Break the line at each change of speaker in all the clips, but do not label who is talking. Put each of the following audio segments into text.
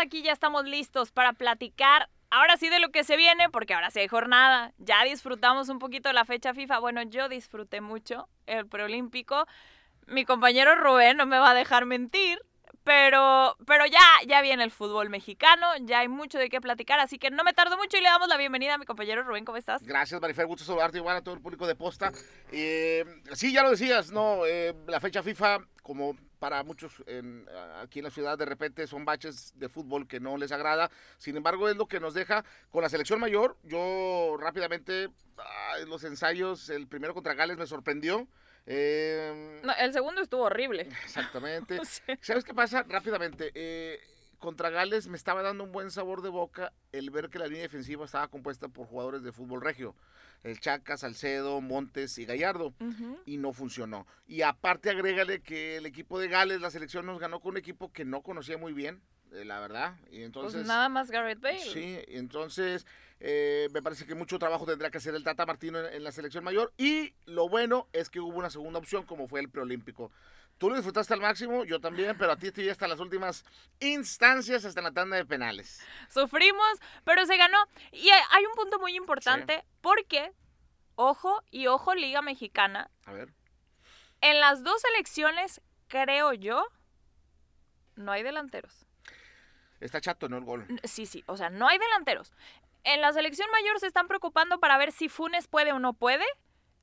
aquí ya estamos listos para platicar. Ahora sí de lo que se viene, porque ahora sí hay jornada. Ya disfrutamos un poquito de la fecha FIFA. Bueno, yo disfruté mucho el preolímpico. Mi compañero Rubén no me va a dejar mentir, pero, pero ya, ya viene el fútbol mexicano, ya hay mucho de qué platicar, así que no me tardo mucho y le damos la bienvenida a mi compañero Rubén, ¿cómo estás?
Gracias, Marifer, gusto saludarte igual a todo el público de Posta. Eh, sí, ya lo decías, ¿no? Eh, la fecha FIFA, como para muchos en, aquí en la ciudad, de repente son baches de fútbol que no les agrada. Sin embargo, es lo que nos deja con la selección mayor. Yo rápidamente, en los ensayos, el primero contra Gales me sorprendió. Eh,
no, el segundo estuvo horrible.
Exactamente. o sea. ¿Sabes qué pasa? Rápidamente. Eh, contra Gales me estaba dando un buen sabor de boca el ver que la línea defensiva estaba compuesta por jugadores de fútbol regio. El Chaca, Salcedo, Montes y Gallardo. Uh -huh. Y no funcionó. Y aparte agrégale que el equipo de Gales, la selección nos ganó con un equipo que no conocía muy bien eh, la verdad. Y entonces,
pues nada más Garrett Bale.
Sí, entonces eh, me parece que mucho trabajo tendrá que hacer el Tata Martino en, en, la selección mayor. Y lo bueno es que hubo una segunda opción, como fue el preolímpico. Tú lo disfrutaste al máximo, yo también, pero a ti te hasta las últimas instancias, hasta la tanda de penales.
Sufrimos, pero se ganó. Y hay un punto muy importante, sí. porque, ojo y ojo, Liga Mexicana.
A ver.
En las dos elecciones, creo yo, no hay delanteros.
Está chato, ¿no? El gol.
Sí, sí. O sea, no hay delanteros. En la selección mayor se están preocupando para ver si Funes puede o no puede,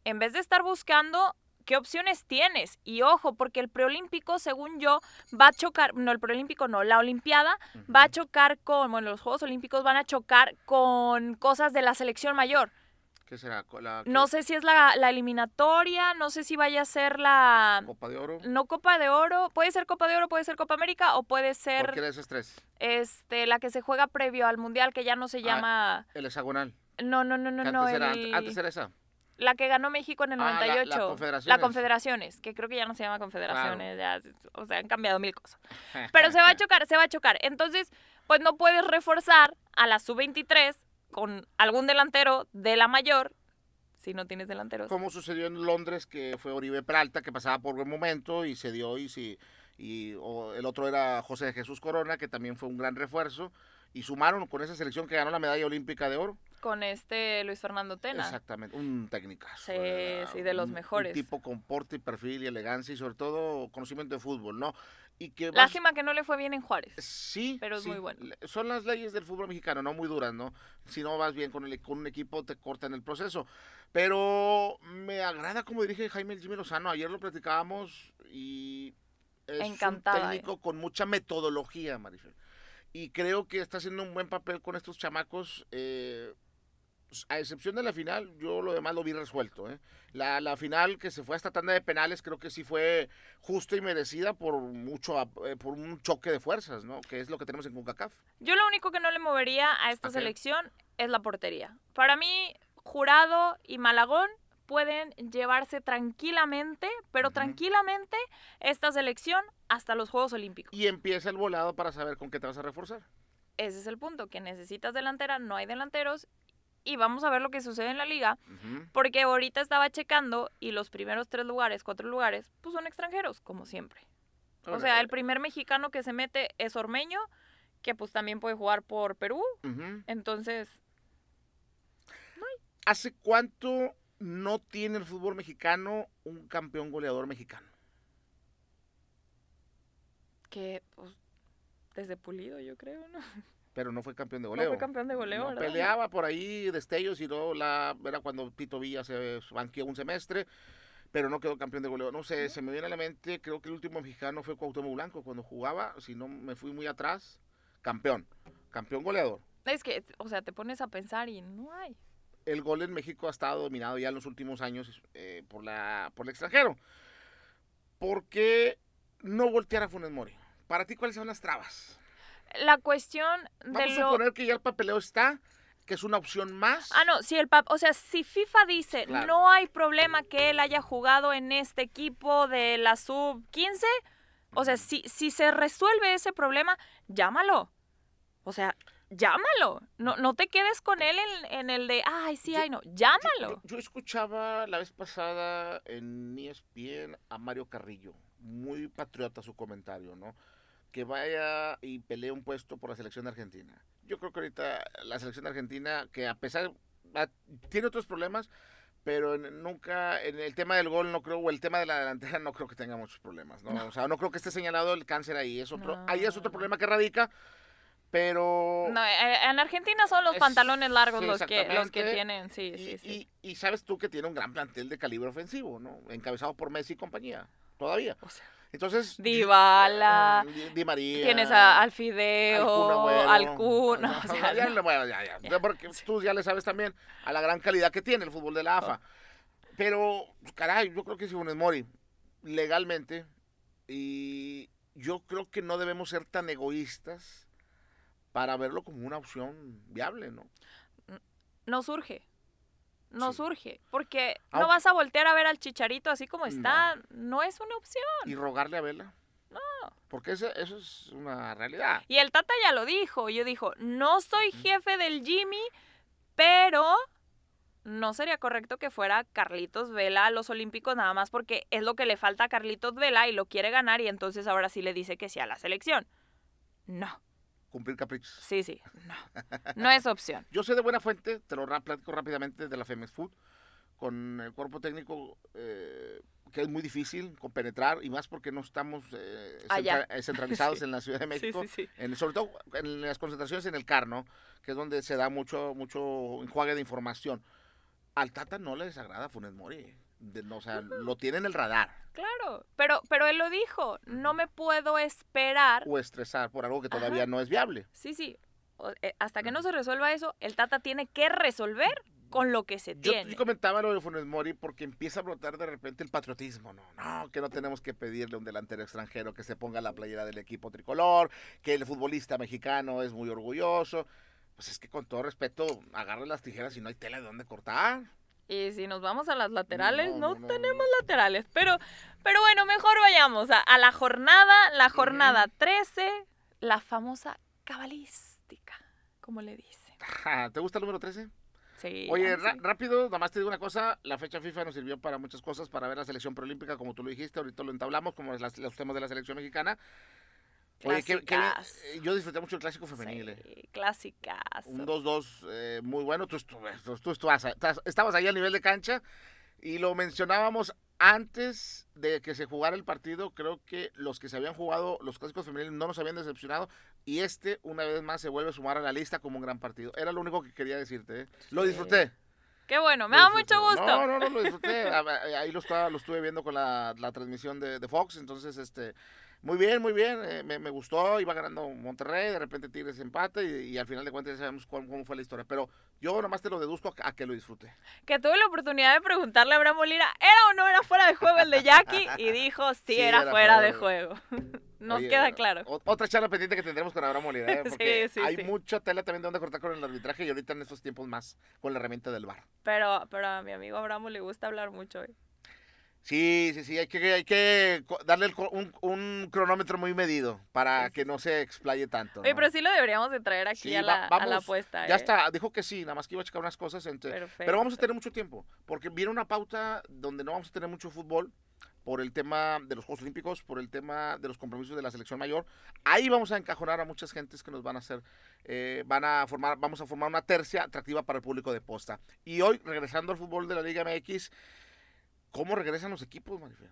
en vez de estar buscando qué opciones tienes. Y ojo, porque el preolímpico, según yo, va a chocar, no el preolímpico, no, la Olimpiada uh -huh. va a chocar con, bueno, los Juegos Olímpicos van a chocar con cosas de la selección mayor.
¿Qué será? La,
no sé si es la, la, eliminatoria, no sé si vaya a ser la...
Copa de Oro.
No Copa de Oro, puede ser Copa de Oro, puede ser Copa América o puede ser...
Cualquiera de esas tres.
Este, la que se juega previo al Mundial, que ya no se llama... Ah,
el hexagonal.
No, no, no, no, no.
Antes, era, el... antes era esa.
La que ganó México en el
ah,
98.
La, la, confederaciones.
la, confederaciones. que creo que ya no se llama confederaciones, claro. ya, o sea, han cambiado mil cosas. Pero se va a chocar, se va a chocar. Entonces, pues no puedes reforzar a la sub-23 con algún delantero de la mayor si no tienes delanteros.
Como sucedió en Londres, que fue Oribe Peralta, que pasaba por buen momento y se dio, y, si, y o el otro era José Jesús Corona, que también fue un gran refuerzo, y sumaron con esa selección que ganó la medalla olímpica de oro.
Con este Luis Fernando Tena.
Exactamente, un técnicazo.
Sí, ¿verdad? sí, de los
un,
mejores.
Un tipo con porte, perfil y elegancia y sobre todo conocimiento de fútbol, ¿no? Y que
Lástima vas... que no le fue bien en Juárez.
Sí.
Pero es
sí.
muy bueno.
Son las leyes del fútbol mexicano, no muy duras, ¿no? Si no vas bien con, el, con un equipo, te cortan el proceso. Pero me agrada como dirige Jaime Jimmy Lozano. Ayer lo platicábamos y es
Encantado,
un técnico eh. con mucha metodología, Marifel. Y creo que está haciendo un buen papel con estos chamacos. Eh, a excepción de la final, yo lo demás lo vi resuelto. ¿eh? La, la, final que se fue hasta tanda de penales creo que sí fue justa y merecida por mucho eh, por un choque de fuerzas, ¿no? Que es lo que tenemos en CONCACAF.
Yo lo único que no le movería a esta okay. selección es la portería. Para mí, Jurado y Malagón pueden llevarse tranquilamente, pero uh -huh. tranquilamente esta selección hasta los Juegos Olímpicos.
Y empieza el volado para saber con qué te vas a reforzar.
Ese es el punto, que necesitas delantera, no hay delanteros y vamos a ver lo que sucede en la liga, uh -huh. porque ahorita estaba checando y los primeros tres lugares, cuatro lugares, pues son extranjeros, como siempre. Ahora, o sea, el primer mexicano que se mete es Ormeño, que pues también puede jugar por Perú. Uh -huh. Entonces...
No hay. ¿Hace cuánto no tiene el fútbol mexicano un campeón goleador mexicano?
Que pues desde Pulido, yo creo, ¿no?
pero no fue campeón de goleo.
No fue campeón de goleo,
no, Peleaba por ahí destellos y luego la, era cuando Tito Villa se banqueó un semestre, pero no quedó campeón de goleo. No sé, ¿Sí? se me viene a la mente, creo que el último mexicano fue Cuauhtémoc Blanco, cuando jugaba, si no me fui muy atrás, campeón, campeón goleador.
Es que, o sea, te pones a pensar y no hay.
El gol en México ha estado dominado ya en los últimos años eh, por, la, por el extranjero. ¿Por qué no voltear a Funes Mori? Para ti, ¿cuáles son las trabas?
la cuestión de
Vamos a
lo...
suponer que ya el papeleo está, que es una opción más.
Ah, no, si el pap... o sea, si FIFA dice claro. no hay problema que él haya jugado en este equipo de la sub 15, o sea, si, si se resuelve ese problema, llámalo. O sea, llámalo. No, no te quedes con él en, en el de, ay, sí,
yo,
ay, no. Llámalo.
Yo, yo, yo, escuchaba la vez E pasada en ESPN a Mario Carrillo, muy patriota su comentario, ¿no? que vaya y pelee un puesto por la selección argentina. Yo creo que ahorita la selección argentina, que a pesar, a- tiene otros problemas, pero en- nunca, en el tema del gol no creo, o el tema de la delantera no creo que tenga muchos problemas, ¿no? O sea, no creo que esté señalado el cáncer ahí, eso,
No.
ahí es otro problema que radica, pero...
No, eh, en Argentina son los
Es-
pantalones largos
sí,
los que los que
exactamente.
tienen, sí,
Y,
sí, sí.
y- y sabes tú que tiene un gran plantel de calibre ofensivo, ¿no? Encabezado por Messi y compañía, todavía.
O sea,
Entonces... ah,
Dybala,
Di, Di María...
Tienes a, al
al Kun
Fideo,
Agüero.
al Kun, o
Ajá,
sea,
ya
no.
le muevas, ya, ya.
Ya,
Porque
sí.
tú ya le sabes también a la gran calidad que tiene el fútbol de la AFA.
Oh.
Pero, caray, yo creo que si Funes Mori, legalmente, y yo creo que no debemos ser tan egoístas para verlo como una opción viable, ¿no?
no surge. No
Sí. Ah,
surge, porque
Au-
no vas a voltear a ver al chicharito así como está, no, es una opción.
Y rogarle a Vela. No. Porque esa- eso es una realidad.
Y el Tata ya lo dijo, yo dijo, no soy jefe del Jimmy, pero no sería correcto que fuera Carlitos Vela a los Olímpicos nada más porque es lo que le falta a Carlitos Vela y lo quiere ganar y entonces ahora sí le dice que sí a la selección. No,
Cumplir caprichos.
sí, sí, no. No es opción.
Yo sé de buena fuente, te lo ra- platico rápidamente, de la Femex Food, con el cuerpo técnico, eh, que es muy difícil compenetrar, y más porque no estamos eh,
Allá.
centra- eh,
Ah,
centralizados
Sí.
en la Ciudad de
Sí,
México.
sí, sí.
En, sobre todo en las concentraciones en el CAR, ¿no? Que es donde se da mucho, mucho enjuague de información. Al Tata no le desagrada Funes Mori. De- no, o sea, lo tiene en el radar.
Claro, pero, pero él lo dijo, no me puedo esperar
O estresar por algo que todavía no es viable.
Sí, sí. O- eh, hasta que no se resuelva eso, el Tata tiene que resolver con lo que se
Yo,
tiene.
yo comentaba lo de Funes Mori porque empieza a brotar de repente el patriotismo, ¿no? No, que no tenemos que pedirle a un delantero extranjero que se ponga la playera del equipo tricolor, que el futbolista mexicano es muy orgulloso. Pues es que con todo respeto, agarra las tijeras y no hay tela de dónde cortar.
Y si nos vamos a las laterales, no,
tenemos
laterales. Pero, pero bueno, mejor vayamos a, a la jornada, la jornada 13, la famosa cabalística, como le dicen.
Ah, ¿Te gusta el número 13?
Sí.
Oye,
ay, sí.
ra- rápido, nada más te digo una cosa, la fecha FIFA nos sirvió para muchas cosas, para ver la selección preolímpica, como tú lo dijiste, ahorita lo entablamos, como las- los temas de la selección mexicana. Oye, qué- qué bien,
Clásicas.
eh, yo disfruté mucho el clásico femenil. eh.
Sí, clásicas.
Un 2-2 eh, muy bueno. Tú, estuve- tú- tú estabas, estás- estabas ahí a nivel de cancha y lo mencionábamos antes de que se jugara el partido. Creo que los que se habían jugado los clásicos femeniles no nos habían decepcionado y este, una vez más, se vuelve a sumar a la lista como un gran partido. Era lo único que quería decirte. ¿eh. Lo
Sí.
disfruté.
Qué bueno, me
lo
da
disfruté.
mucho gusto.
No, no, no, lo disfruté. A- a- Ahí lo, estaba, lo estuve viendo con la, la transmisión de, de Fox. Entonces, este. Muy bien, muy bien, eh, me, me gustó, iba ganando Monterrey, de repente Tigres empata y, y al final de cuentas ya sabemos cuál- cómo fue la historia. Pero yo nomás te lo deduzco a, que- a que lo disfrute.
que tuve la oportunidad de preguntarle a Abraham Molina, ¿era o no era fuera de juego el de Jackie? Y dijo, sí,
Sí,
era, fuera
era fuera
de
de-
juego. Nos
Oye,
queda claro.
o- otra charla pendiente que tendremos con Abraham Molina, ¿eh?
Sí,
porque
sí,
hay
sí.
mucha tela también de dónde cortar con el arbitraje y ahorita en estos tiempos más con la herramienta del bar.
Pero, pero a mi amigo Abraham le gusta hablar mucho. ¿eh?
Sí, sí, sí, hay que, hay que co- darle el co- un, un cronómetro muy medido para que no se explaye tanto.
Oye,
¿no?
pero sí lo deberíamos de traer aquí
Sí,
a,
va-
la, a la
vamos,
apuesta.
Ya
¿eh?
está, dijo que sí, nada más que iba a checar unas cosas. Entre,
Perfecto.
Pero vamos a tener mucho tiempo, porque viene una pauta donde no vamos a tener mucho fútbol por el tema de los Juegos Olímpicos, por el tema de los compromisos de la selección mayor. Ahí vamos a encajonar a muchas gentes que nos van a hacer, eh, van a formar, vamos a formar una tercia atractiva para el público de posta. Y hoy, regresando al fútbol de la Liga MX, ¿cómo regresan los equipos, Marifé?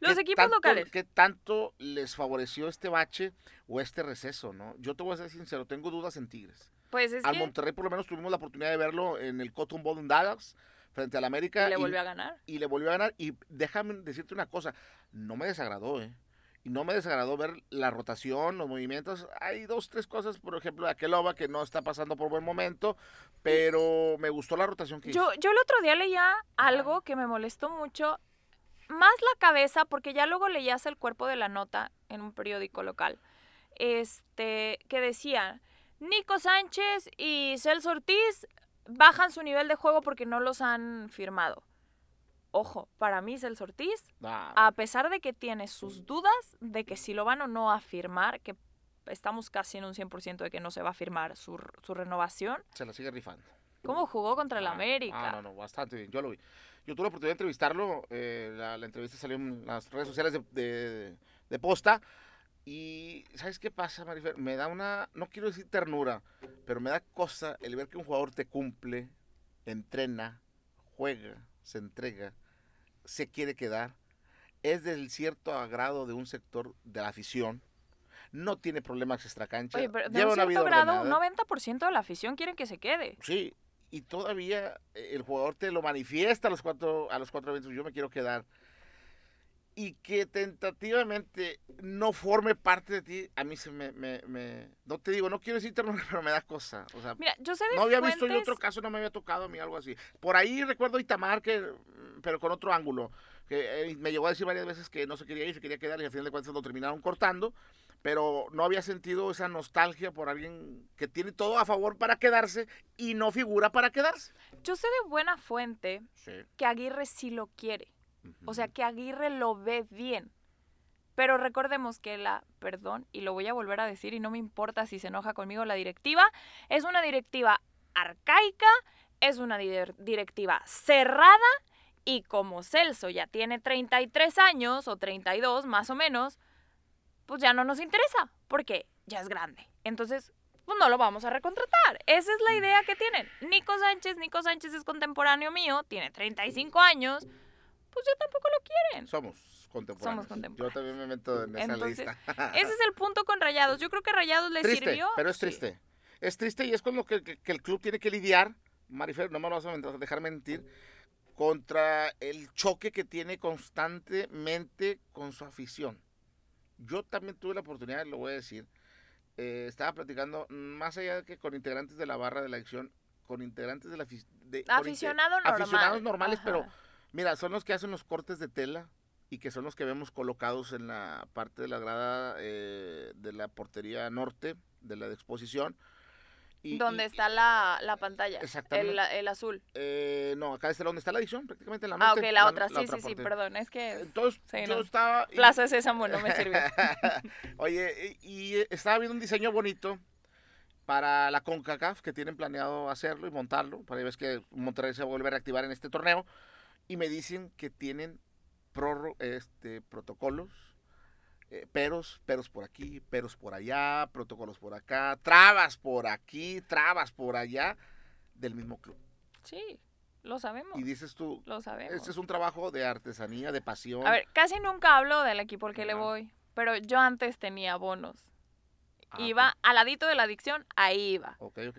Los
¿Qué
equipos
tanto-
locales.
¿Qué tanto les favoreció este bache o este receso, no? Yo te voy a ser sincero, tengo dudas en Tigres.
Pues es
Al
que
Monterrey por lo menos tuvimos la oportunidad de verlo en el Cotton Bowl en Dallas frente al América
le
y,
volvió a ganar.
y le volvió a ganar. Y déjame decirte una cosa, no me desagradó, ¿eh? Y no me desagradó ver la rotación, los movimientos. Hay dos, tres cosas, por ejemplo, de Aqueloba que no está pasando por buen momento, pero me gustó la rotación que hizo.
Yo, yo el otro día leía algo que me molestó mucho, más la cabeza, porque ya luego leías el cuerpo de la nota en un periódico local, este, que decía, Nico Sánchez y Celso Ortiz bajan su nivel de juego porque no los han firmado. Ojo, para mí Celso Ortiz,
Ah,
a pesar de que tiene sus dudas de que si lo van o no a firmar, que estamos casi en un 100% de que no se va a firmar su, su renovación,
se la sigue rifando.
¿cómo jugó contra el
Ah,
América?
Ah, no, no, bastante bien, yo lo vi. Yo tuve la oportunidad de entrevistarlo, eh, la, la entrevista salió en las redes sociales de, de- de Posta, Y ¿sabes qué pasa, Marifer? Me da una, no quiero decir ternura, pero me da cosa el ver que un jugador te cumple, entrena, juega, se entrega, se quiere quedar, es del cierto agrado de un sector de la afición, no tiene problemas extracancha,
Oye, pero de un cierto grado, un 90% de la afición quieren que se quede.
Sí, y todavía eh, el jugador te lo manifiesta a los cuatro, a los cuatro eventos, yo me quiero quedar. Y que tentativamente no forme parte de ti, a mí se me, me- me- no te digo, no quiero decir ternura, pero me da cosa. O sea,
Mira, yo sé de
no había
fuentes...
visto yo otro caso, no me había tocado a mí algo así. Por ahí recuerdo a Itamar, que, mm, pero con otro ángulo, que eh, me llegó a decir varias veces que no se quería ir, se quería quedar y al final de cuentas lo terminaron cortando, pero no había sentido esa nostalgia por alguien que tiene todo a favor para quedarse y no figura para quedarse.
Yo sé de buena fuente
Sí.
que Aguirre sí lo quiere. O sea, que Aguirre lo ve bien. Pero recordemos que la, perdón, y lo voy a volver a decir y no me importa si se enoja conmigo la directiva, es una directiva arcaica, es una dir- directiva cerrada y como Celso ya tiene 33 años o 32 más o menos, pues ya no nos interesa porque ya es grande. Entonces, pues no lo vamos a recontratar. Esa es la idea que tienen. Nico Sánchez, Nico Sánchez es contemporáneo mío, tiene 35 años, pues yo tampoco lo quieren.
Somos
Somos
contemporáneos.
contemporáneos.
Yo también me meto en esa
Entonces,
lista.
Ese es el punto con Rayados. Yo creo que Rayados le
triste,
sirvió.
pero es
Sí.
triste. Es triste y es con lo que, que- que el club tiene que lidiar, Marifer, no me lo vas a men- dejar mentir, contra el choque que tiene constantemente con su afición. Yo también tuve la oportunidad, lo voy a decir, eh, estaba platicando, más allá de que con integrantes de la barra de la acción, con integrantes de la afic- de- con inte-
Aficionado normal.
aficionados normales,
Ajá.
pero Mira, son los que hacen los cortes de tela y que son los que vemos colocados en la parte de la grada eh, de la portería norte, de la de exposición. Y-
Donde
y-
está la, la pantalla.
Exactamente.
El, el azul.
eh, no, acá está donde está la edición, prácticamente en la
Ah,
norte.
ok, la otra. Sí, sí, sí,
portería.
perdón. Es que
Entonces,
Sí,
yo
no.
estaba... y-
Plaza Sésamo no me sirvió.
Oye, y, y estaba viendo un diseño bonito para la CONCACAF, que tienen planeado hacerlo y montarlo, para ves que Monterrey se vuelve a reactivar en este torneo, y me dicen que tienen prorro- este, protocolos, eh, peros, peros por aquí, peros por allá, protocolos por acá, trabas por aquí, trabas por allá, del mismo club.
Sí, lo sabemos.
Y dices tú,
Lo sabemos.
este es un trabajo de artesanía, de pasión.
A ver, casi nunca hablo del equipo al que le
No.
voy. Pero yo antes tenía bonos.
Ah,
iba al ladito de la adicción, ahí iba.
Ok, ok.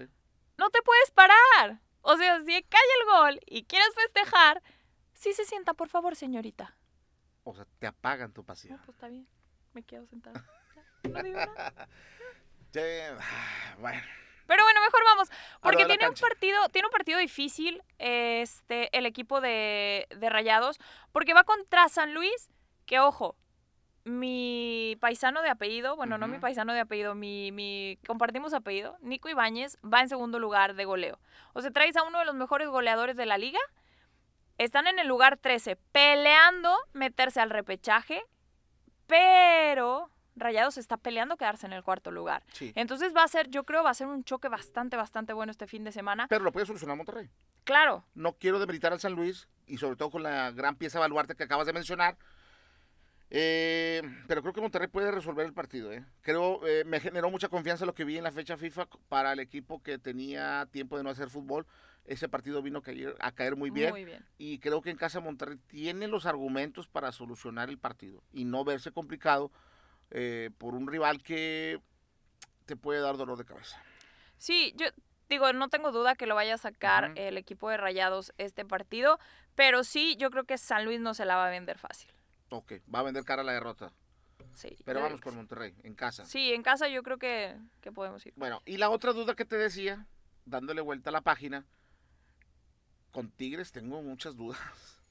no te puedes parar. O sea, si cae el gol y quieres festejar, sí se sienta, por favor, señorita.
O sea, te apagan tu
No,
pasión.
pues está bien. Me quedo sentada. Ya, No digo nada.
Che, ah, bueno.
Pero bueno, mejor vamos. Porque
Ahora la
tiene un
cancha.
partido, tiene un partido difícil este, el equipo de, de Rayados. Porque va contra San Luis, que ojo, mi paisano de apellido, bueno, no mi
Ujú.
paisano de apellido, mi, mi compartimos apellido, Nico Ibáñez, va en segundo lugar de goleo. O sea, traes a uno de los mejores goleadores de la liga. Están en el lugar 13, peleando meterse al repechaje, pero Rayados está peleando quedarse en el cuarto lugar.
Sí.
Entonces va a ser, yo creo, va a ser un choque bastante, bastante bueno este fin de semana.
Pero lo puede solucionar Monterrey.
Claro,
No quiero debilitar al San Luis y sobre todo con la gran pieza baluarte que acabas de mencionar. Eh, pero creo que Monterrey puede resolver el partido. ¿eh? Creo, eh, me generó mucha confianza lo que vi en la fecha FIFA para el equipo que tenía tiempo de no hacer fútbol. Ese partido vino a caer, a caer muy bien
muy bien.
y creo que en casa Monterrey tiene los argumentos para solucionar el partido y no verse complicado eh, por un rival que te puede dar dolor de cabeza.
Sí, yo digo, no tengo duda que lo vaya a sacar
Ujú.
el equipo de Rayados este partido, pero sí, yo creo que San Luis no se la va a vender fácil.
Ok, va a vender cara la derrota.
Sí.
Pero
yo
vamos
creo
con
que
Monterrey, en casa.
sí. Sí, en casa yo creo que, que podemos ir.
Bueno, y la otra duda que te decía, dándole vuelta a la página, con Tigres tengo muchas dudas.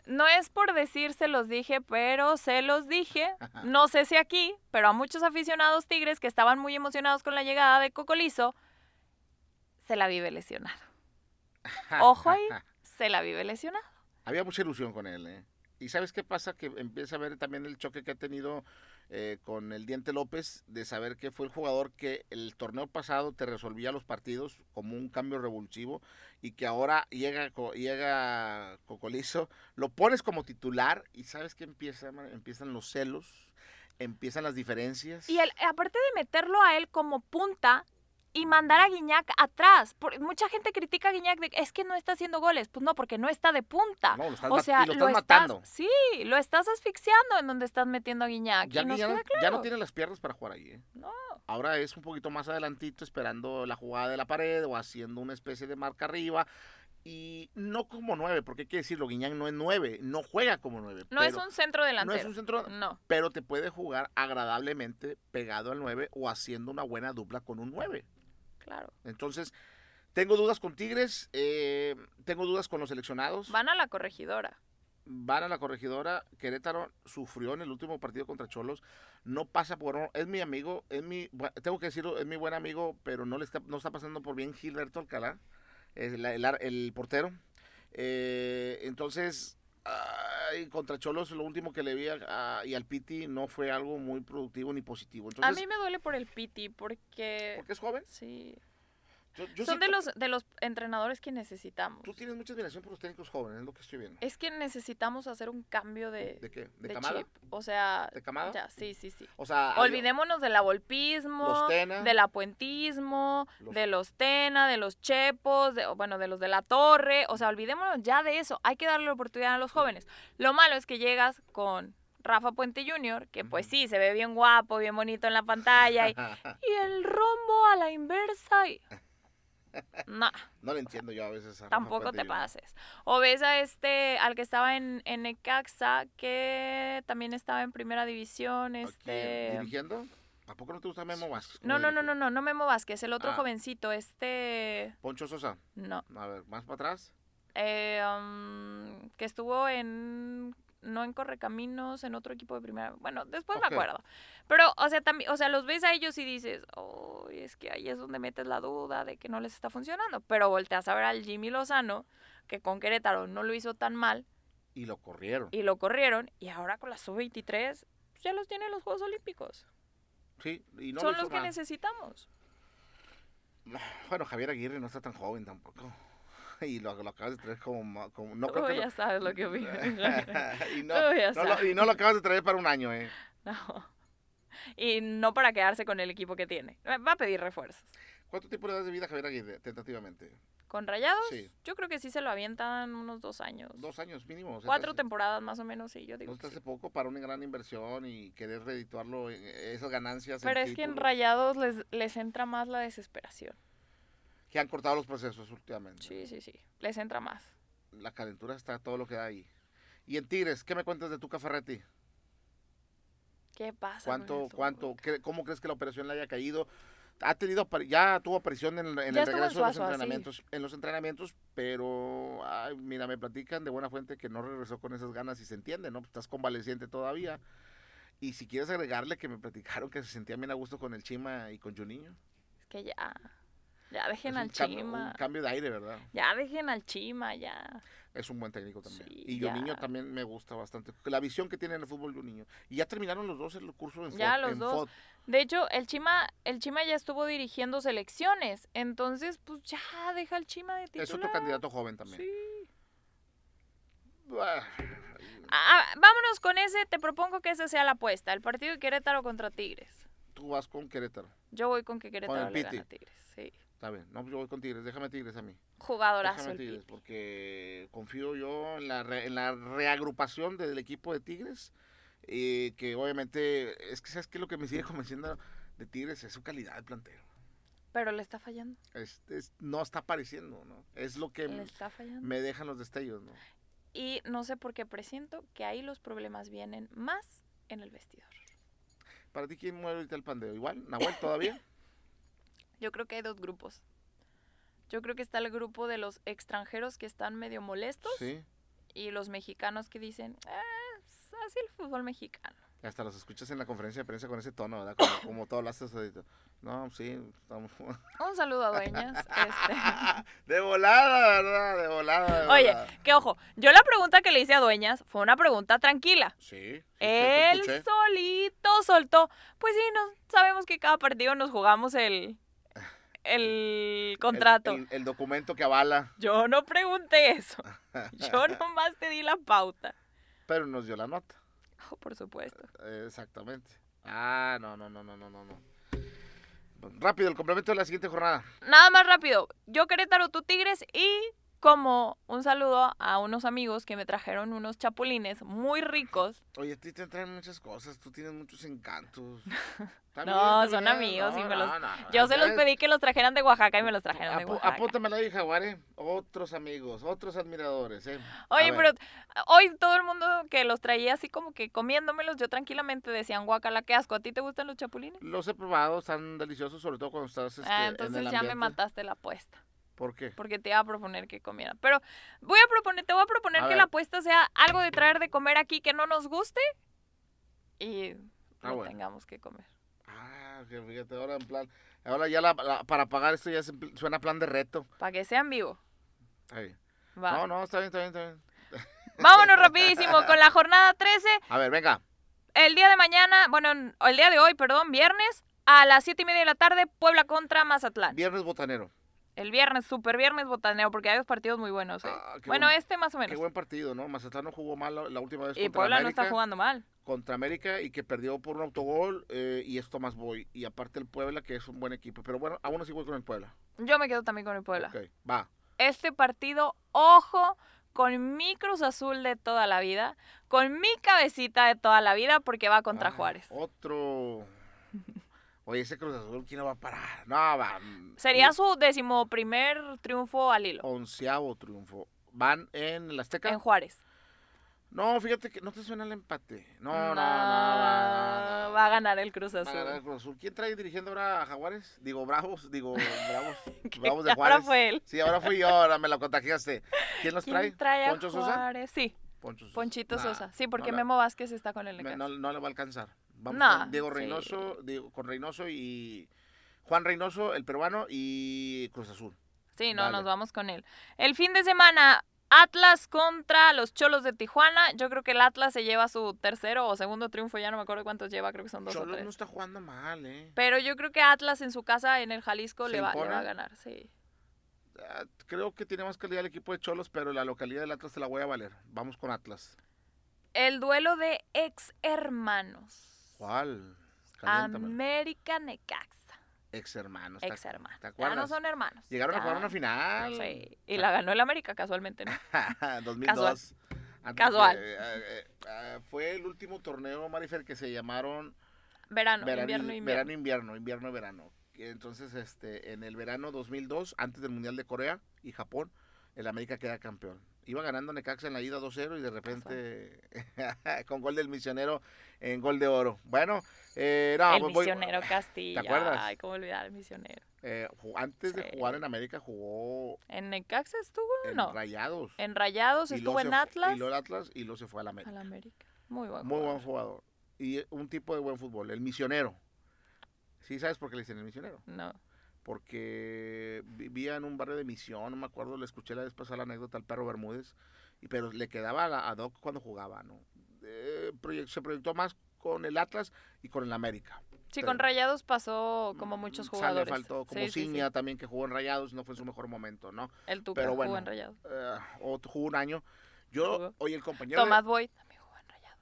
No es por decir se los dije, pero se los dije.
Ah.
No sé si aquí, pero a muchos aficionados tigres que estaban muy emocionados con la llegada de Cocolizo, se la vive lesionado. Ojo ahí. Se la vive lesionado.
Había mucha ilusión con él, ¿eh? Y ¿sabes qué pasa? Que empieza a ver también el choque que ha tenido eh, con el Diente López de saber que fue el jugador que el torneo pasado te resolvía los partidos como un cambio revulsivo y que ahora llega, co- llega Cocolizo, lo pones como titular y ¿sabes qué empieza? man? Empiezan los celos, empiezan las diferencias.
Y el, aparte de meterlo a él como punta y mandar a Guiñac atrás. Por- mucha gente critica a Guiñac de que es que no está haciendo goles. Pues no, porque no está de punta.
No, lo estás
o
mat-
sea,
y lo estás matando.
Sí, lo estás asfixiando en donde estás metiendo a Guiñac.
Ya,
y nos
ya no,
queda claro.
ya no tiene las piernas para jugar ahí. ¿eh?
No.
Ahora es un poquito más adelantito, esperando la jugada de la pared o haciendo una especie de marca arriba. Y no como nueve, porque hay que decirlo, Guiñán no es nueve, no juega como nueve.
No es
pero-
un centro
no es
delantero. Mm.
un centro,
No.
pero te puede jugar agradablemente pegado al nueve o haciendo una buena dupla con un nueve.
claro.
Entonces, tengo dudas con Tigres, eh, tengo dudas con los seleccionados.
Van a la corregidora.
van a la corregidora. Querétaro sufrió en el último partido contra Cholos. No pasa por. Es mi amigo, es mi. bu- Tengo que decirlo, es mi buen amigo, pero no le está, no está pasando por bien Gilberto Alcalá, es la- el, ar- el portero. Eh, entonces, ay, contra Cholos, lo último que le vi a- a- y al Piti no fue algo muy productivo ni positivo.
a
Entonces,
mí me duele por el Piti porque...
porque es joven.
Sí.
Yo, yo
Son de
siento-
los, de los entrenadores que necesitamos.
Tú tienes mucha admiración por los técnicos jóvenes, es lo que estoy viendo.
Es que necesitamos hacer un cambio de,
¿De qué? ¿De,
Eh, de
camada?
chip. O sea,
¿De camada?
ya, sí, sí, sí.
O sea, hay-
Olvidémonos del abolpismo,
Los Tena.
del apuentismo,
Los-
de los Tena, de los Chepos, de, o bueno, de los de la Torre. O sea, olvidémonos ya de eso. Hay que darle la oportunidad a los jóvenes. Lo malo es que llegas con Rafa Puente Jr., que pues
Ujú.
sí, se ve bien guapo, bien bonito en la pantalla. Y, y el rombo a la inversa. Y... No,
No le entiendo yo a veces. a Rafa
tampoco
Puente
te
Jr.
pases. O ves a este, al que estaba en, en Necaxa, que también estaba en primera división,
Aquí,
este...
¿Dirigiendo? ¿A poco no te gusta Memo Vázquez? como
No, no, no,
dirige?
no, no, no Memo Vázquez, el otro
Ah.
jovencito, este...
Poncho Sosa,
No.
a ver, más para atrás.
eh, um, que estuvo en... No en Correcaminos, en otro equipo de primera. Bueno, después
Ok.
me acuerdo. Pero, o sea, también, o sea, los ves a ellos y dices, oh, es que ahí es donde metes la duda de que no les está funcionando. Pero volteas a ver al Jimmy Lozano, que con Querétaro no lo hizo tan mal,
Y lo corrieron.
y lo corrieron, y ahora con la sub-23 pues, ya los tiene en los Juegos Olímpicos.
Sí, y no
Son
lo hizo
los que
mal.
necesitamos.
Bueno, Javier Aguirre no está tan joven tampoco. Y lo, lo acabas de traer como... ma- como- no
Tú
creo que
ya
lo-
sabes lo que opino.
y, no,
Tú ya
no lo, y no lo acabas de traer para un año, ¿eh?
No. Y no para quedarse con el equipo que tiene. Eh, Va a pedir refuerzos.
¿Cuánto tiempo le das de vida a Javier Aguirre, tentativamente?
Con Rayados,
Sí.
yo creo que sí se lo avientan unos dos años.
Dos años mínimo. o sea,
Cuatro
te hace-
temporadas más o menos, sí, yo
No
digo.
te
que sí.
hace poco para una gran inversión y querer redituarlo, en- esas ganancias.
Pero es que en
títulos,
Rayados les, les entra más la desesperación.
Que han cortado los procesos últimamente.
Sí, sí, sí. Les entra más.
la calentura está todo lo que da ahí. Y en Tigres, ¿qué me cuentas de Tuca Ferretti?
¿Qué pasa? con el
¿Cuánto,
Tuca?
cuánto, cre- cómo crees que la operación le haya caído? Ha tenido, apar- ya tuvo aparición en, en
estuvo
el
en
regreso de los
Suazua, sí.
entrenamientos, en los entrenamientos, pero ay, mira, me platican de buena fuente que no regresó con esas ganas y se entiende, ¿no? Estás convaleciente todavía. Y si quieres agregarle que me platicaron que se sentía bien a gusto con el Chima y con Juninho.
Es que ya. Ya
Es
dejen
un
al
cambio-
Chima.
un cambio de aire, ¿verdad?
Ya dejen al Chima, ya.
Es un buen técnico también.
Sí,
y yo niño
ya.
también me gusta bastante. La visión que tiene en el fútbol yo niño. Y ya terminaron los dos el curso en FOD.
Ya, los
en
dos.
FOD.
De hecho, el Chima, el Chima ya estuvo dirigiendo selecciones. Entonces, pues ya, deja al Chima de titular.
Es otro candidato joven también.
Sí.
Bah,
Ah, vámonos con ese, te propongo que esa sea la apuesta, el partido de Querétaro contra Tigres.
Tú vas con Querétaro.
Yo voy con que Querétaro le
Piti.
gana a Tigres, sí.
Está bien. No, yo voy con Tigres. Déjame Tigres a mí.
Jugadorazo
Déjame
el
Tigres.
Piti.
Porque confío yo en la, re- en la reagrupación del equipo de Tigres. eh, que obviamente, es que sabes que lo que me sigue convenciendo de Tigres es su calidad de plantero.
Pero le está fallando,
Es- es- no está apareciendo, ¿no? Es lo que
le
m-
está fallando.
Em, me dejan los destellos, ¿no?
Y no sé por qué presiento que ahí los problemas vienen más en el vestidor.
Para ti, ¿quién mueve ahorita el pandeo? ¿Igual? ¿Nahuel todavía?
Yo creo que hay dos grupos. Yo creo que está el grupo de los extranjeros que están medio molestos
Sí.
y los mexicanos que dicen, "Ah, es así el fútbol mexicano.
Hasta los escuchas en la conferencia de prensa con ese tono, ¿verdad? Como, como todo lo haces ahorita. No, pues sí, estamos...
Un saludo a Dueñas. este.
de volada, ¿verdad? De volada, de
Oye,
volada.
que ojo, yo la pregunta que le hice a Dueñas fue una pregunta tranquila.
Sí. sí, sí, te
Él
escuché.
solito soltó. Pues sí, no, sabemos que cada partido nos jugamos el, el contrato.
El, el- el documento que avala,
Yo no pregunté eso. Yo nomás te di la pauta.
pero nos dio la nota.
abajo, por supuesto.
Eh, Exactamente. Ah, no, no, no, no, no, no. no. Rápido, el complemento de la siguiente jornada.
Nada más rápido. Yo Querétaro, tú Tigres y como un saludo a unos amigos que me trajeron unos chapulines muy ricos.
Oye, a ti te traen muchas cosas, tú tienes muchos encantos.
No, son amigos y me los-
Ah,
Yo se los pedí que los trajeran de Oaxaca y me los trajeron de Oaxaca.
Apóntame la hija, Jaguaré. Otros amigos, otros admiradores, ¿eh? A
Oye,
ver.
pero hoy todo el mundo que los traía así como que comiéndomelos, yo tranquilamente decían, guacala, qué asco, ¿a ti te gustan los chapulines?
Los he probado, están deliciosos, sobre todo cuando estás este,
ah,
en el
entonces ya me
ambiente.
mataste la apuesta,
¿Por qué?
porque te iba a proponer que comiera. Pero voy a proponer, te voy a proponer
A
que
ver.
la apuesta sea algo de traer de comer aquí que no nos guste y
Ah,
no
bueno.
tengamos que comer.
Ah, que fíjate, ahora en plan... Ahora ya la- la- para pagar esto ya se- suena plan de reto.
Para que sean vivo.
Ahí.
Va.
No, no, está bien, está bien, está bien.
Vámonos rapidísimo con la jornada 13.
A ver, venga.
El día de mañana, bueno, n- el día de hoy, perdón, viernes, a las 7 y media de la tarde, Puebla contra Mazatlán.
Viernes botanero.
El viernes, super viernes botaneo, porque hay dos partidos muy buenos. ¿eh?
Ah, qué
bueno,
buen-
este más o
Qué
menos.
buen partido, ¿no? Mazatlán no jugó mal la, la última vez
Y
contra
Puebla no
América.
está jugando mal.
Contra América y que perdió por un autogol eh, y es Tomás Boy. Y aparte el Puebla, que es un buen equipo. Pero bueno, aún así voy con el Puebla.
Yo me quedo también con el Puebla.
Ok, va.
Este partido, ojo, con mi Cruz Azul de toda la vida, con mi cabecita de toda la vida, porque va contra
Ah,
Juárez.
Otro. Oye, ese Cruz Azul, ¿quién lo va a parar? No, va. mm,
Sería su decimoprimer triunfo al hilo,
Onceavo triunfo. ¿Van en el Azteca?
en Juárez.
No, fíjate que no te suena el empate. No, no, no.
No,
va, no,
Va a ganar el Cruz
Va a ganar el
Azul.
Cruz Azul. ¿Quién trae dirigiendo ahora a Jaguares? Digo, Bravos. Digo, Bravos.
Que
Bravos de
Ahora
Juárez.
fue él.
Sí, ahora fui yo, ahora me la contagiaste. ¿Quién los trae?
¿Quién trae a
¿Poncho Sosa?
Juárez? Sí,
Poncho Sosa.
Ponchito
Nah,
Sosa. Sí, porque
no le-
Memo Vázquez está con el
me-
Necaxa.
no, no le va a alcanzar. Vamos
Nah,
con Diego
sí.
Reynoso, Diego- con Reynoso y Juan Reynoso, el peruano, y Cruz Azul.
Sí, no, nos
Dale.
vamos con él. El fin de semana, Atlas contra los Cholos de Tijuana. Yo creo que el Atlas se lleva su tercero o segundo triunfo, ya no me acuerdo cuántos lleva, creo que son dos o
Cholos
tres.
no está jugando mal, ¿eh?
Pero yo creo que Atlas en su casa, en el Jalisco,
¿Se
le va, le va
impone?
a ganar, sí.
Ah, Creo que tiene más calidad el equipo de Cholos, pero la localidad del Atlas te la voy a valer. Vamos con Atlas.
El duelo de ex hermanos.
¿Cuál? Caliéntame.
América Necaxa.
Ex hermanos.
Ex hermanos.
¿Te
Ya no
acuerdas?
son hermanos.
Llegaron a
ya.
jugar una final. Ah.
Sí. Y la ganó el América casualmente, ¿no?
2002. Antes
Casual.
que, eh, eh, eh, fue el último torneo, Marifer, que se llamaron
Verano,
verano,
invierno,
y-
invierno.
verano, invierno, invierno, verano. Que Entonces, este, en el verano 2002, antes del Mundial de Corea y Japón, el América queda campeón. Iba ganando Necaxa en la ida 2-0 y de repente con gol del misionero en gol de oro. Bueno, eh, no,
el
voy- voy-
misionero Castillo.
acuerdas?
Ay, cómo olvidar al misionero.
eh, ju- antes de
Sí.
jugar en América jugó
¿En Necaxa estuvo?
en
No.
Rayados.
En Rayados,
Y
estuvo
luego
en
se fu-
Atlas.
Y luego en Atlas y luego se fue al América.
Al América. Muy bueno.
Muy buen jugador. Y un tipo de buen fútbol, el misionero. ¿Sí sabes por qué le dicen el misionero?
No.
Porque vivía en un barrio de misión, no me acuerdo, le escuché la vez pasada la anécdota al perro Bermúdez, y, pero le quedaba a, la- a Doc cuando jugaba, ¿no? Eh, proye- se proyectó más con el Atlas y con el América.
Sí,
Pero-
con Rayados pasó como muchos
O sea, le
jugadores.
faltó, como
Sí, sí, sí.
Ciña también que jugó en Rayados, no fue en su mejor momento, ¿no?
El Tuca
pero
jugó
bueno.
en Rayados.
Eh, o jugó un año. Yo,
Jugó.
oye, el compañero... de-
Tomás Boyd también jugó en Rayados.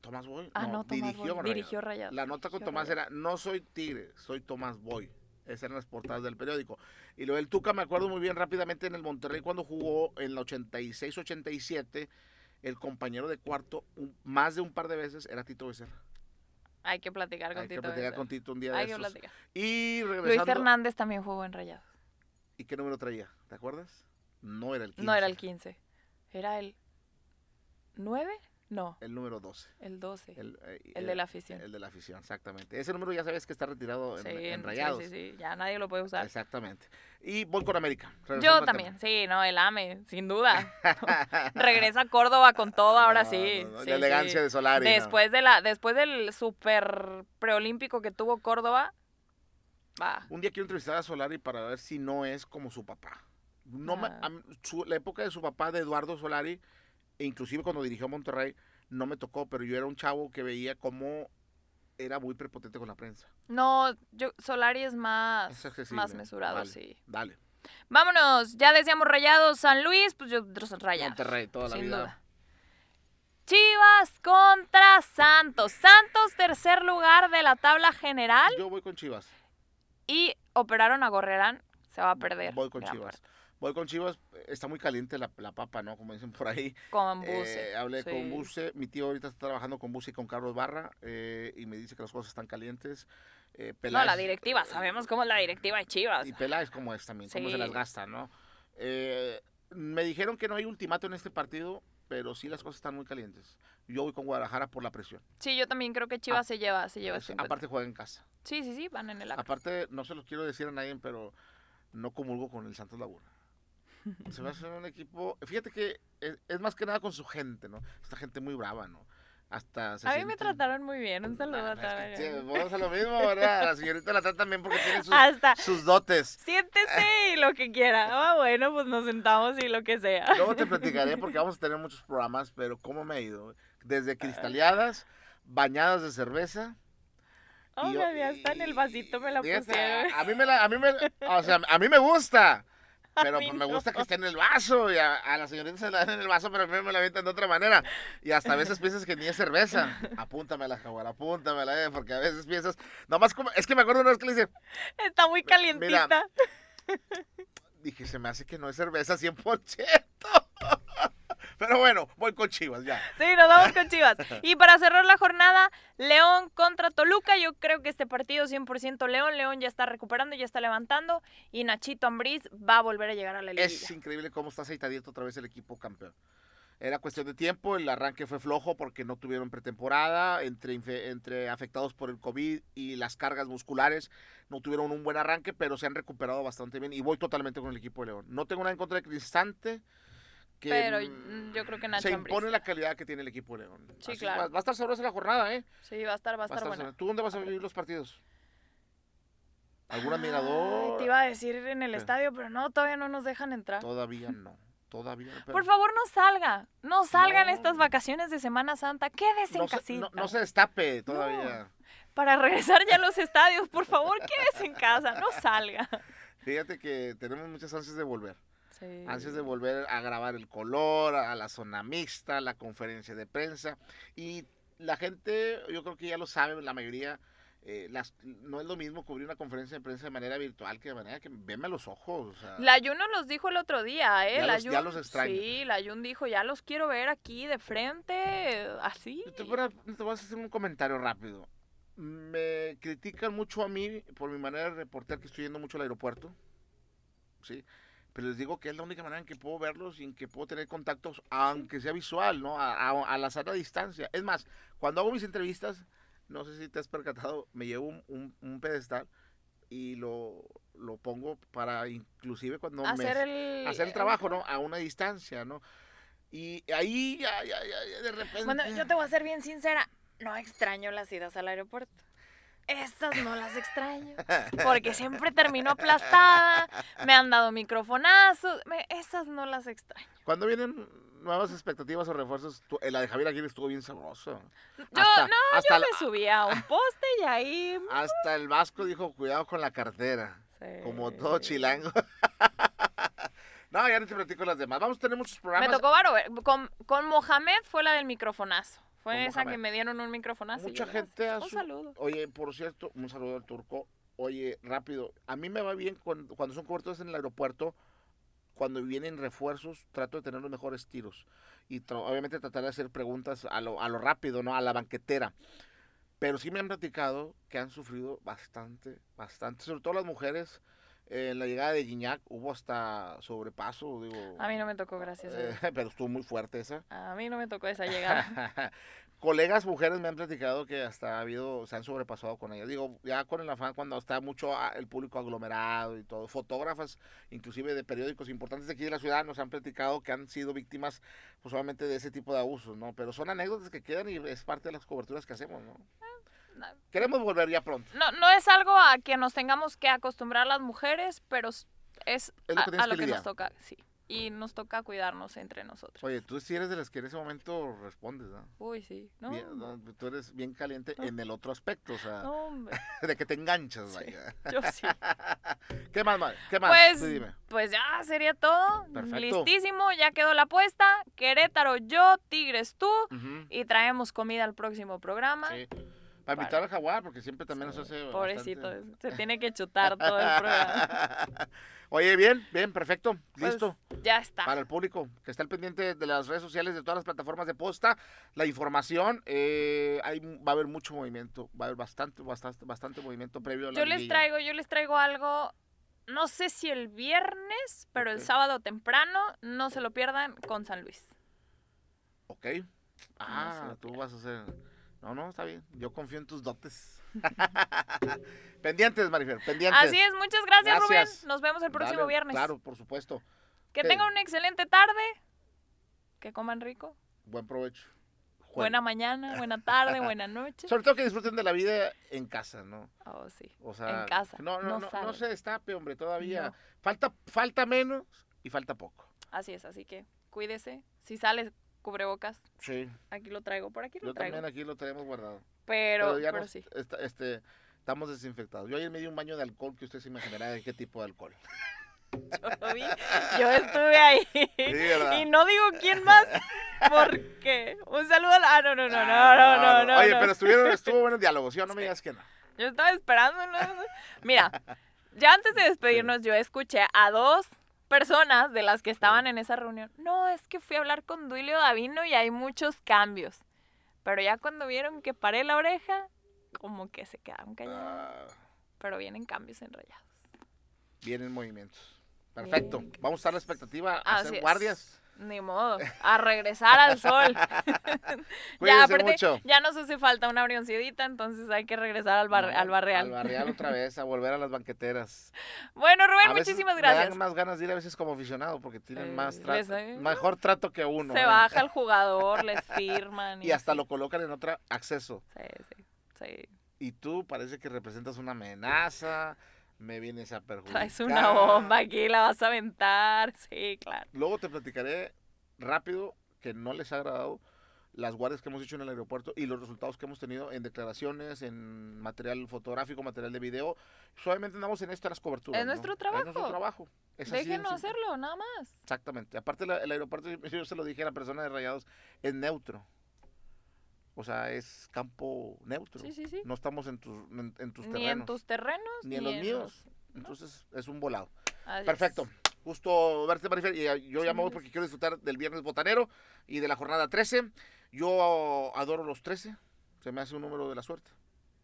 Tomás Boy.
Ah, no, Tomás
dirigió
dirigió
con Rayados.
Dirigió Rayados.
La nota con
Dirigió
Tomás
Rayados.
era, no soy Tigre, soy Tomás Boy. Esas eran las portadas del periódico. Y lo del Tuca me acuerdo muy bien rápidamente en el Monterrey cuando jugó en la 86-87, el compañero de cuarto, un- más de un par de veces, era Tito Becerra.
Hay que platicar con
Hay que
Tito.
platicar
Becerra.
con Tito un día
Hay
de
que
esos.
platicar.
Y
Luis
regresando,
Hernández también jugó en Rayados.
¿y qué número traía? ¿Te acuerdas? No era el 15.
No era el 15. Era el 9? No,
El número 12.
el 12. El,
El, eh,
de la afición.
El de la afición, exactamente. Ese número ya sabes que está retirado en,
Sí,
en
en- sí,
Rayados.
Sí, sí, ya nadie lo puede usar.
Exactamente. Y voy con América. regresando al
Yo
tema.
también, sí, no, el AME, sin duda. Regresa a Córdoba con todo, ahora
No,
sí.
no, no,
sí,
la elegancia
sí.
de Solari. Después.
Después, de la, después del super preolímpico que tuvo Córdoba, va.
Un día quiero entrevistar a Solari para ver si no es como su papá. No me-
Ah.
a mí, su- la época de su papá, de Eduardo Solari, e inclusive cuando dirigió a Monterrey, no me tocó, pero yo era un chavo que veía cómo era muy prepotente con la prensa.
No, yo, Solari es más,
Es accesible,
más mesurado,
vale.
sí.
Dale.
Vámonos, ya decíamos Rayados San Luis, pues yo Rayados.
Monterrey, toda la
sin
vida.
duda. Chivas contra Santos. Santos tercer lugar de la tabla general
Yo voy con Chivas.
y operaron a Gorrerán. Se va a perder.
Voy con
gran
Chivas. Voy con Chivas. Está muy caliente la, la papa, ¿no? Como dicen por ahí.
parte. Con
Eh,
Buse.
hablé
sí.
con Buse. Mi tío ahorita está trabajando con Buse y con Carlos Barra. eh, y me dice que las cosas están calientes. Eh,
No,
Peláez-
la directiva. Sabemos cómo es la directiva de Chivas.
Y Peláez como es también, cómo se
Sí.
las gasta, ¿no? Eh, me dijeron que no hay ultimato en este partido, pero sí las cosas están muy calientes. Yo voy con Guadalajara por la presión.
Sí, yo también creo que Chivas se lleva, se lleva.
Es-
este encuentro.
Ah, aparte Ah, juega en casa.
Sí, sí, sí, van en el acto.
Aparte, no se los quiero decir a nadie, pero no comulgo con el Santos Laguna. Se va a hacer un equipo... Fíjate que es, es más que nada con su gente, ¿no? Esta gente muy brava, ¿no? Hasta pues, se
A mí me
sienten-
trataron muy bien. Un saludo
Nah,
a
es
toda
que,
la
sí,
gente.
Vamos a lo mismo, ¿verdad? A La señorita la tratan bien porque tiene sus,
Hasta
sus dotes.
siéntese y lo que quiera. Ah, bueno, pues nos sentamos y lo que sea.
Luego te platicaré porque vamos a tener muchos programas, pero ¿cómo me ha ido? Desde cristaleadas, bañadas de cerveza.
Oh,
y-
me hasta en el vasito me la
Fíjate,
pusieron.
A mí me la, a mí me, o sea, a mí me gusta. Pero
mí
pues, me
no.
gusta que esté en el vaso y a, a la señorita se la dan en el vaso, pero a mí me la avientan de otra manera. Y hasta a veces piensas que ni es cerveza. Apúntamela, Jaguar, apúntamela, eh, porque a veces piensas, nomás como, es que me acuerdo una vez que le dije,
Está muy calientita.
dije, se me hace que no es cerveza 100%. Pero bueno, voy con Chivas ya.
Sí, nos vamos con Chivas. Y para cerrar la jornada, León contra Toluca. Yo creo que este partido 100% León. León ya está recuperando, ya está levantando. Y Nachito Ambriz va a volver a llegar a la liguilla.
Es increíble cómo está aceitadito otra vez el equipo campeón. Era cuestión de tiempo, el arranque fue flojo porque no tuvieron pretemporada, entre, infe- entre afectados por el COVID y las cargas musculares, no tuvieron un buen arranque, pero se han recuperado bastante bien y voy totalmente con el equipo de León. No tengo nada en contra de Cristante, que
Pero,
mm,
mm, yo creo que Nacho
se
Ambriz.
impone la calidad que tiene el equipo de León.
Sí,
Así
claro.
va, va a estar sabrosa la jornada, ¿eh?
Sí, va a estar, va a estar
Va a estar
buena.
sabrosa. ¿Tú dónde vas a vivir los partidos? ¿Algún
Ay,
admirador?
te iba a decir en el
¿Qué?
estadio, pero no, todavía no nos dejan entrar.
Todavía no, todavía no. pero-
Por favor, no salga. No salgan
No.
estas vacaciones de Semana Santa. Quédese
no
en
se,
casita.
no- no se destape todavía.
Para regresar ya a los estadios, por favor, quédese en casa. No salga.
Fíjate que tenemos muchas ansias de volver.
Sí.
Ansias de volver a grabar el color, a la zona mixta, la conferencia de prensa. Y la gente, yo creo que ya lo sabe, la mayoría. eh, las- no es lo mismo cubrir una conferencia de prensa de manera virtual que de manera que veme a los ojos. o sea,
La Jun nos los dijo el otro día, ¿eh?
Ya
la
los- ya
Jun-
los extraño.
Sí, la Jun dijo, ya los quiero ver aquí de frente, así.
Te voy, a, te voy a hacer un comentario rápido. Me critican mucho a mí por mi manera de reportar que estoy yendo mucho al aeropuerto. Sí. Pero les digo que es la única manera en que puedo verlos y en que puedo tener contactos, aunque sea visual, ¿no? A, a- a la sana distancia. Es más, cuando hago mis entrevistas, no sé si te has percatado, me llevo un, un- un pedestal y lo, lo pongo para inclusive cuando me
hacer el...
hacer el trabajo, ¿no? A una distancia, ¿no? Y ahí ya, ya, ya, ya de repente...
Bueno, yo te voy a ser bien sincera, no extraño las idas al aeropuerto. Estas no las extraño, porque siempre termino aplastada, me han dado microfonazos, me- esas no las extraño.
Cuando vienen nuevas expectativas o refuerzos, tú- la de Javier Aguirre estuvo bien sabroso.
Yo
Hasta-
no,
hasta,
yo me subí a un poste y ahí...
el, hasta el Vasco dijo, cuidado con la cartera, como todo
Sí.
chilango. no, ya no te platico las demás. Vamos a tener muchos
Me
programas.
tocó varo, eh, con, con Mohamed fue la del microfonazo.
Con
Fue esa
Mohamed.
que me dieron un microfonazo. y
Mucha
yo,
gente
gracias.
a
Un
su-
saludo.
Oye, por cierto, un saludo al turco. Oye, rápido, a mí me va bien cuando, cuando son coberturas en el aeropuerto, cuando vienen refuerzos, trato de tener los mejores tiros. Y tra- obviamente tratar de hacer preguntas a lo, a lo rápido, ¿no? A la banquetera. Pero sí me han platicado que han sufrido bastante, bastante, sobre todo las mujeres. Eh, en la llegada de Gignac hubo hasta sobrepaso, digo.
A mí no me tocó, gracias. a Dios.
eh, pero estuvo muy fuerte esa.
A mí no me tocó esa llegada.
Colegas mujeres me han platicado que hasta ha habido, se han sobrepasado con ellas. Digo, ya con el afán cuando está mucho a- el público aglomerado y todo. Fotógrafas, inclusive de periódicos importantes de aquí de la ciudad, nos han platicado que han sido víctimas, pues obviamente de ese tipo de abusos, ¿no? Pero son anécdotas que quedan y es parte de las coberturas que hacemos, ¿no? Queremos volver ya pronto.
No, no es algo a que nos tengamos que acostumbrar las mujeres, pero s- es,
Es lo que
a,
tienes
a lo
que
que nos
lidiar.
toca. Sí. y nos toca cuidarnos entre nosotros.
Oye, tú sí eres de las que en ese momento respondes, ¿no?
Uy, sí. No,
Bien,
no,
no, tú eres bien caliente en el otro aspecto, o sea,
hombre.
de que te enganchas,
Sí.
Pues vaya.
Yo sí.
¿Qué más, madre? ¿Qué más?
Pues,
Tú dime.
pues ya sería todo.
Perfecto.
Listísimo, ya quedó la apuesta. Querétaro yo, Tigres tú.
Ujú,
Y traemos comida al próximo programa.
sí. Para invitar al jaguar, porque siempre también nos hace.
Pobrecito,
bastante-
se tiene que chutar todo el programa.
Oye, bien, bien, perfecto,
Pues,
listo.
Ya está.
Para el público que está al pendiente de las redes sociales, de todas las plataformas de posta, la información, eh, hay, va a haber mucho movimiento, va a haber bastante, bastante, bastante movimiento previo a la
Yo les
liguilla.
traigo, yo les traigo algo. No sé si el viernes, pero el
Ok.
sábado temprano, no se lo pierdan con San Luis.
Ok. Ah,
lo
tú
pierdas.
vas a hacer. No, no, está bien. Yo confío en tus dotes. pendientes, Marifer, pendientes.
Así es, muchas gracias,
Gracias.
Rubén. Nos vemos el próximo
Dale,
viernes.
Claro, por supuesto.
Que
Sí.
tengan una excelente tarde. Que coman rico.
Buen provecho.
Buena
Jueguen.
mañana, buena tarde, buena noche.
Sobre todo que disfruten de la vida en casa, ¿no?
Oh, sí.
O sea,
En casa,
No,
no
no, no, no,
salen.
se destape, hombre, todavía.
No.
Falta, falta menos y falta poco.
Así es, así que cuídese. Si sales, cubrebocas.
Sí.
Aquí lo traigo, por aquí lo
Yo
traigo.
también aquí lo tenemos guardado.
Pero,
ya
pero
nos-
sí.
esta- este, estamos desinfectados. Yo ayer me di un baño de alcohol que usted se imaginará de qué tipo de alcohol.
Yo lo vi, yo estuve ahí.
¿verdad?
y no digo quién más, porque un saludo a la... Ah, no, no, no, no,
Ah,
no, no, no.
Oye,
no.
pero estuvieron, estuvo bueno el diálogo, ¿sí? o No me digas que no.
Yo estaba esperando. ¿no? Mira, ya antes de despedirnos, yo escuché a dos personas de las que estaban en esa reunión. No, es que fui a hablar con Duilio Davino y hay muchos cambios. Pero ya cuando vieron que paré la oreja, como que se quedaron callados.
Ah,
Pero vienen cambios enrayados.
vienen movimientos. Perfecto.
Bien.
Vamos a estar a la expectativa, a
Así
hacer
es.
guardias.
Ni modo, a regresar al sol.
Cuídense
aparte,
mucho.
Ya nos hace falta una brioncita, entonces hay que regresar al, bar,
No,
al barreal.
Al barreal otra vez, a volver a las banqueteras.
Bueno, Rubén,
A veces
muchísimas
Me
gracias.
dan más ganas de ir a veces como aficionado porque tienen
Eh,
más
les
trato,
doy-
mejor trato que uno.
Se
¿eh?
baja el jugador, les firman.
Y hasta lo colocan en otro acceso.
Sí, sí, sí.
Y tú parece que representas una amenaza, me vienes a perjudicar.
Traes una bomba aquí, la vas a aventar. Sí, claro.
Luego te platicaré rápido que no les ha agradado las guardias que hemos hecho en el aeropuerto y los resultados que hemos tenido en declaraciones, en material fotográfico, material de video. Solamente andamos en esto, en las coberturas.
Es
¿no?
nuestro
Es nuestro
trabajo.
trabajo. Es así de
Déjenos
simple.
hacerlo, nada más.
Exactamente. Aparte, la- el aeropuerto, yo- yo se lo dije a la persona de Rayados, es neutro. O sea, es campo neutro.
Sí, sí, sí.
No estamos en tus, en, en tus
Ni en
terrenos.
tus terrenos,
ni en los míos.
¿no?
Entonces, es un volado.
Así es.
Perfecto. Gusto verte, Marifer. Y eh, yo
Sí,
ya me voy
gracias.
porque quiero disfrutar del viernes botanero y de la jornada 13. Yo adoro los 13. Se me hace un número de la suerte.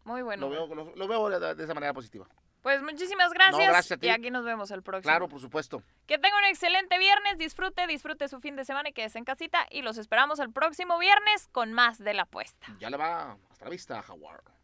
Muy bueno.
lo, veo, lo, lo veo de, de esa manera positiva.
Pues muchísimas gracias.
gracias a ti.
Y aquí nos vemos el próximo.
Claro, por supuesto.
Que tenga un excelente viernes, disfrute, disfrute su fin de semana y quédese en casita. Y los esperamos el próximo viernes con más de la apuesta.
Ya le va. Hasta la vista, Jaguar.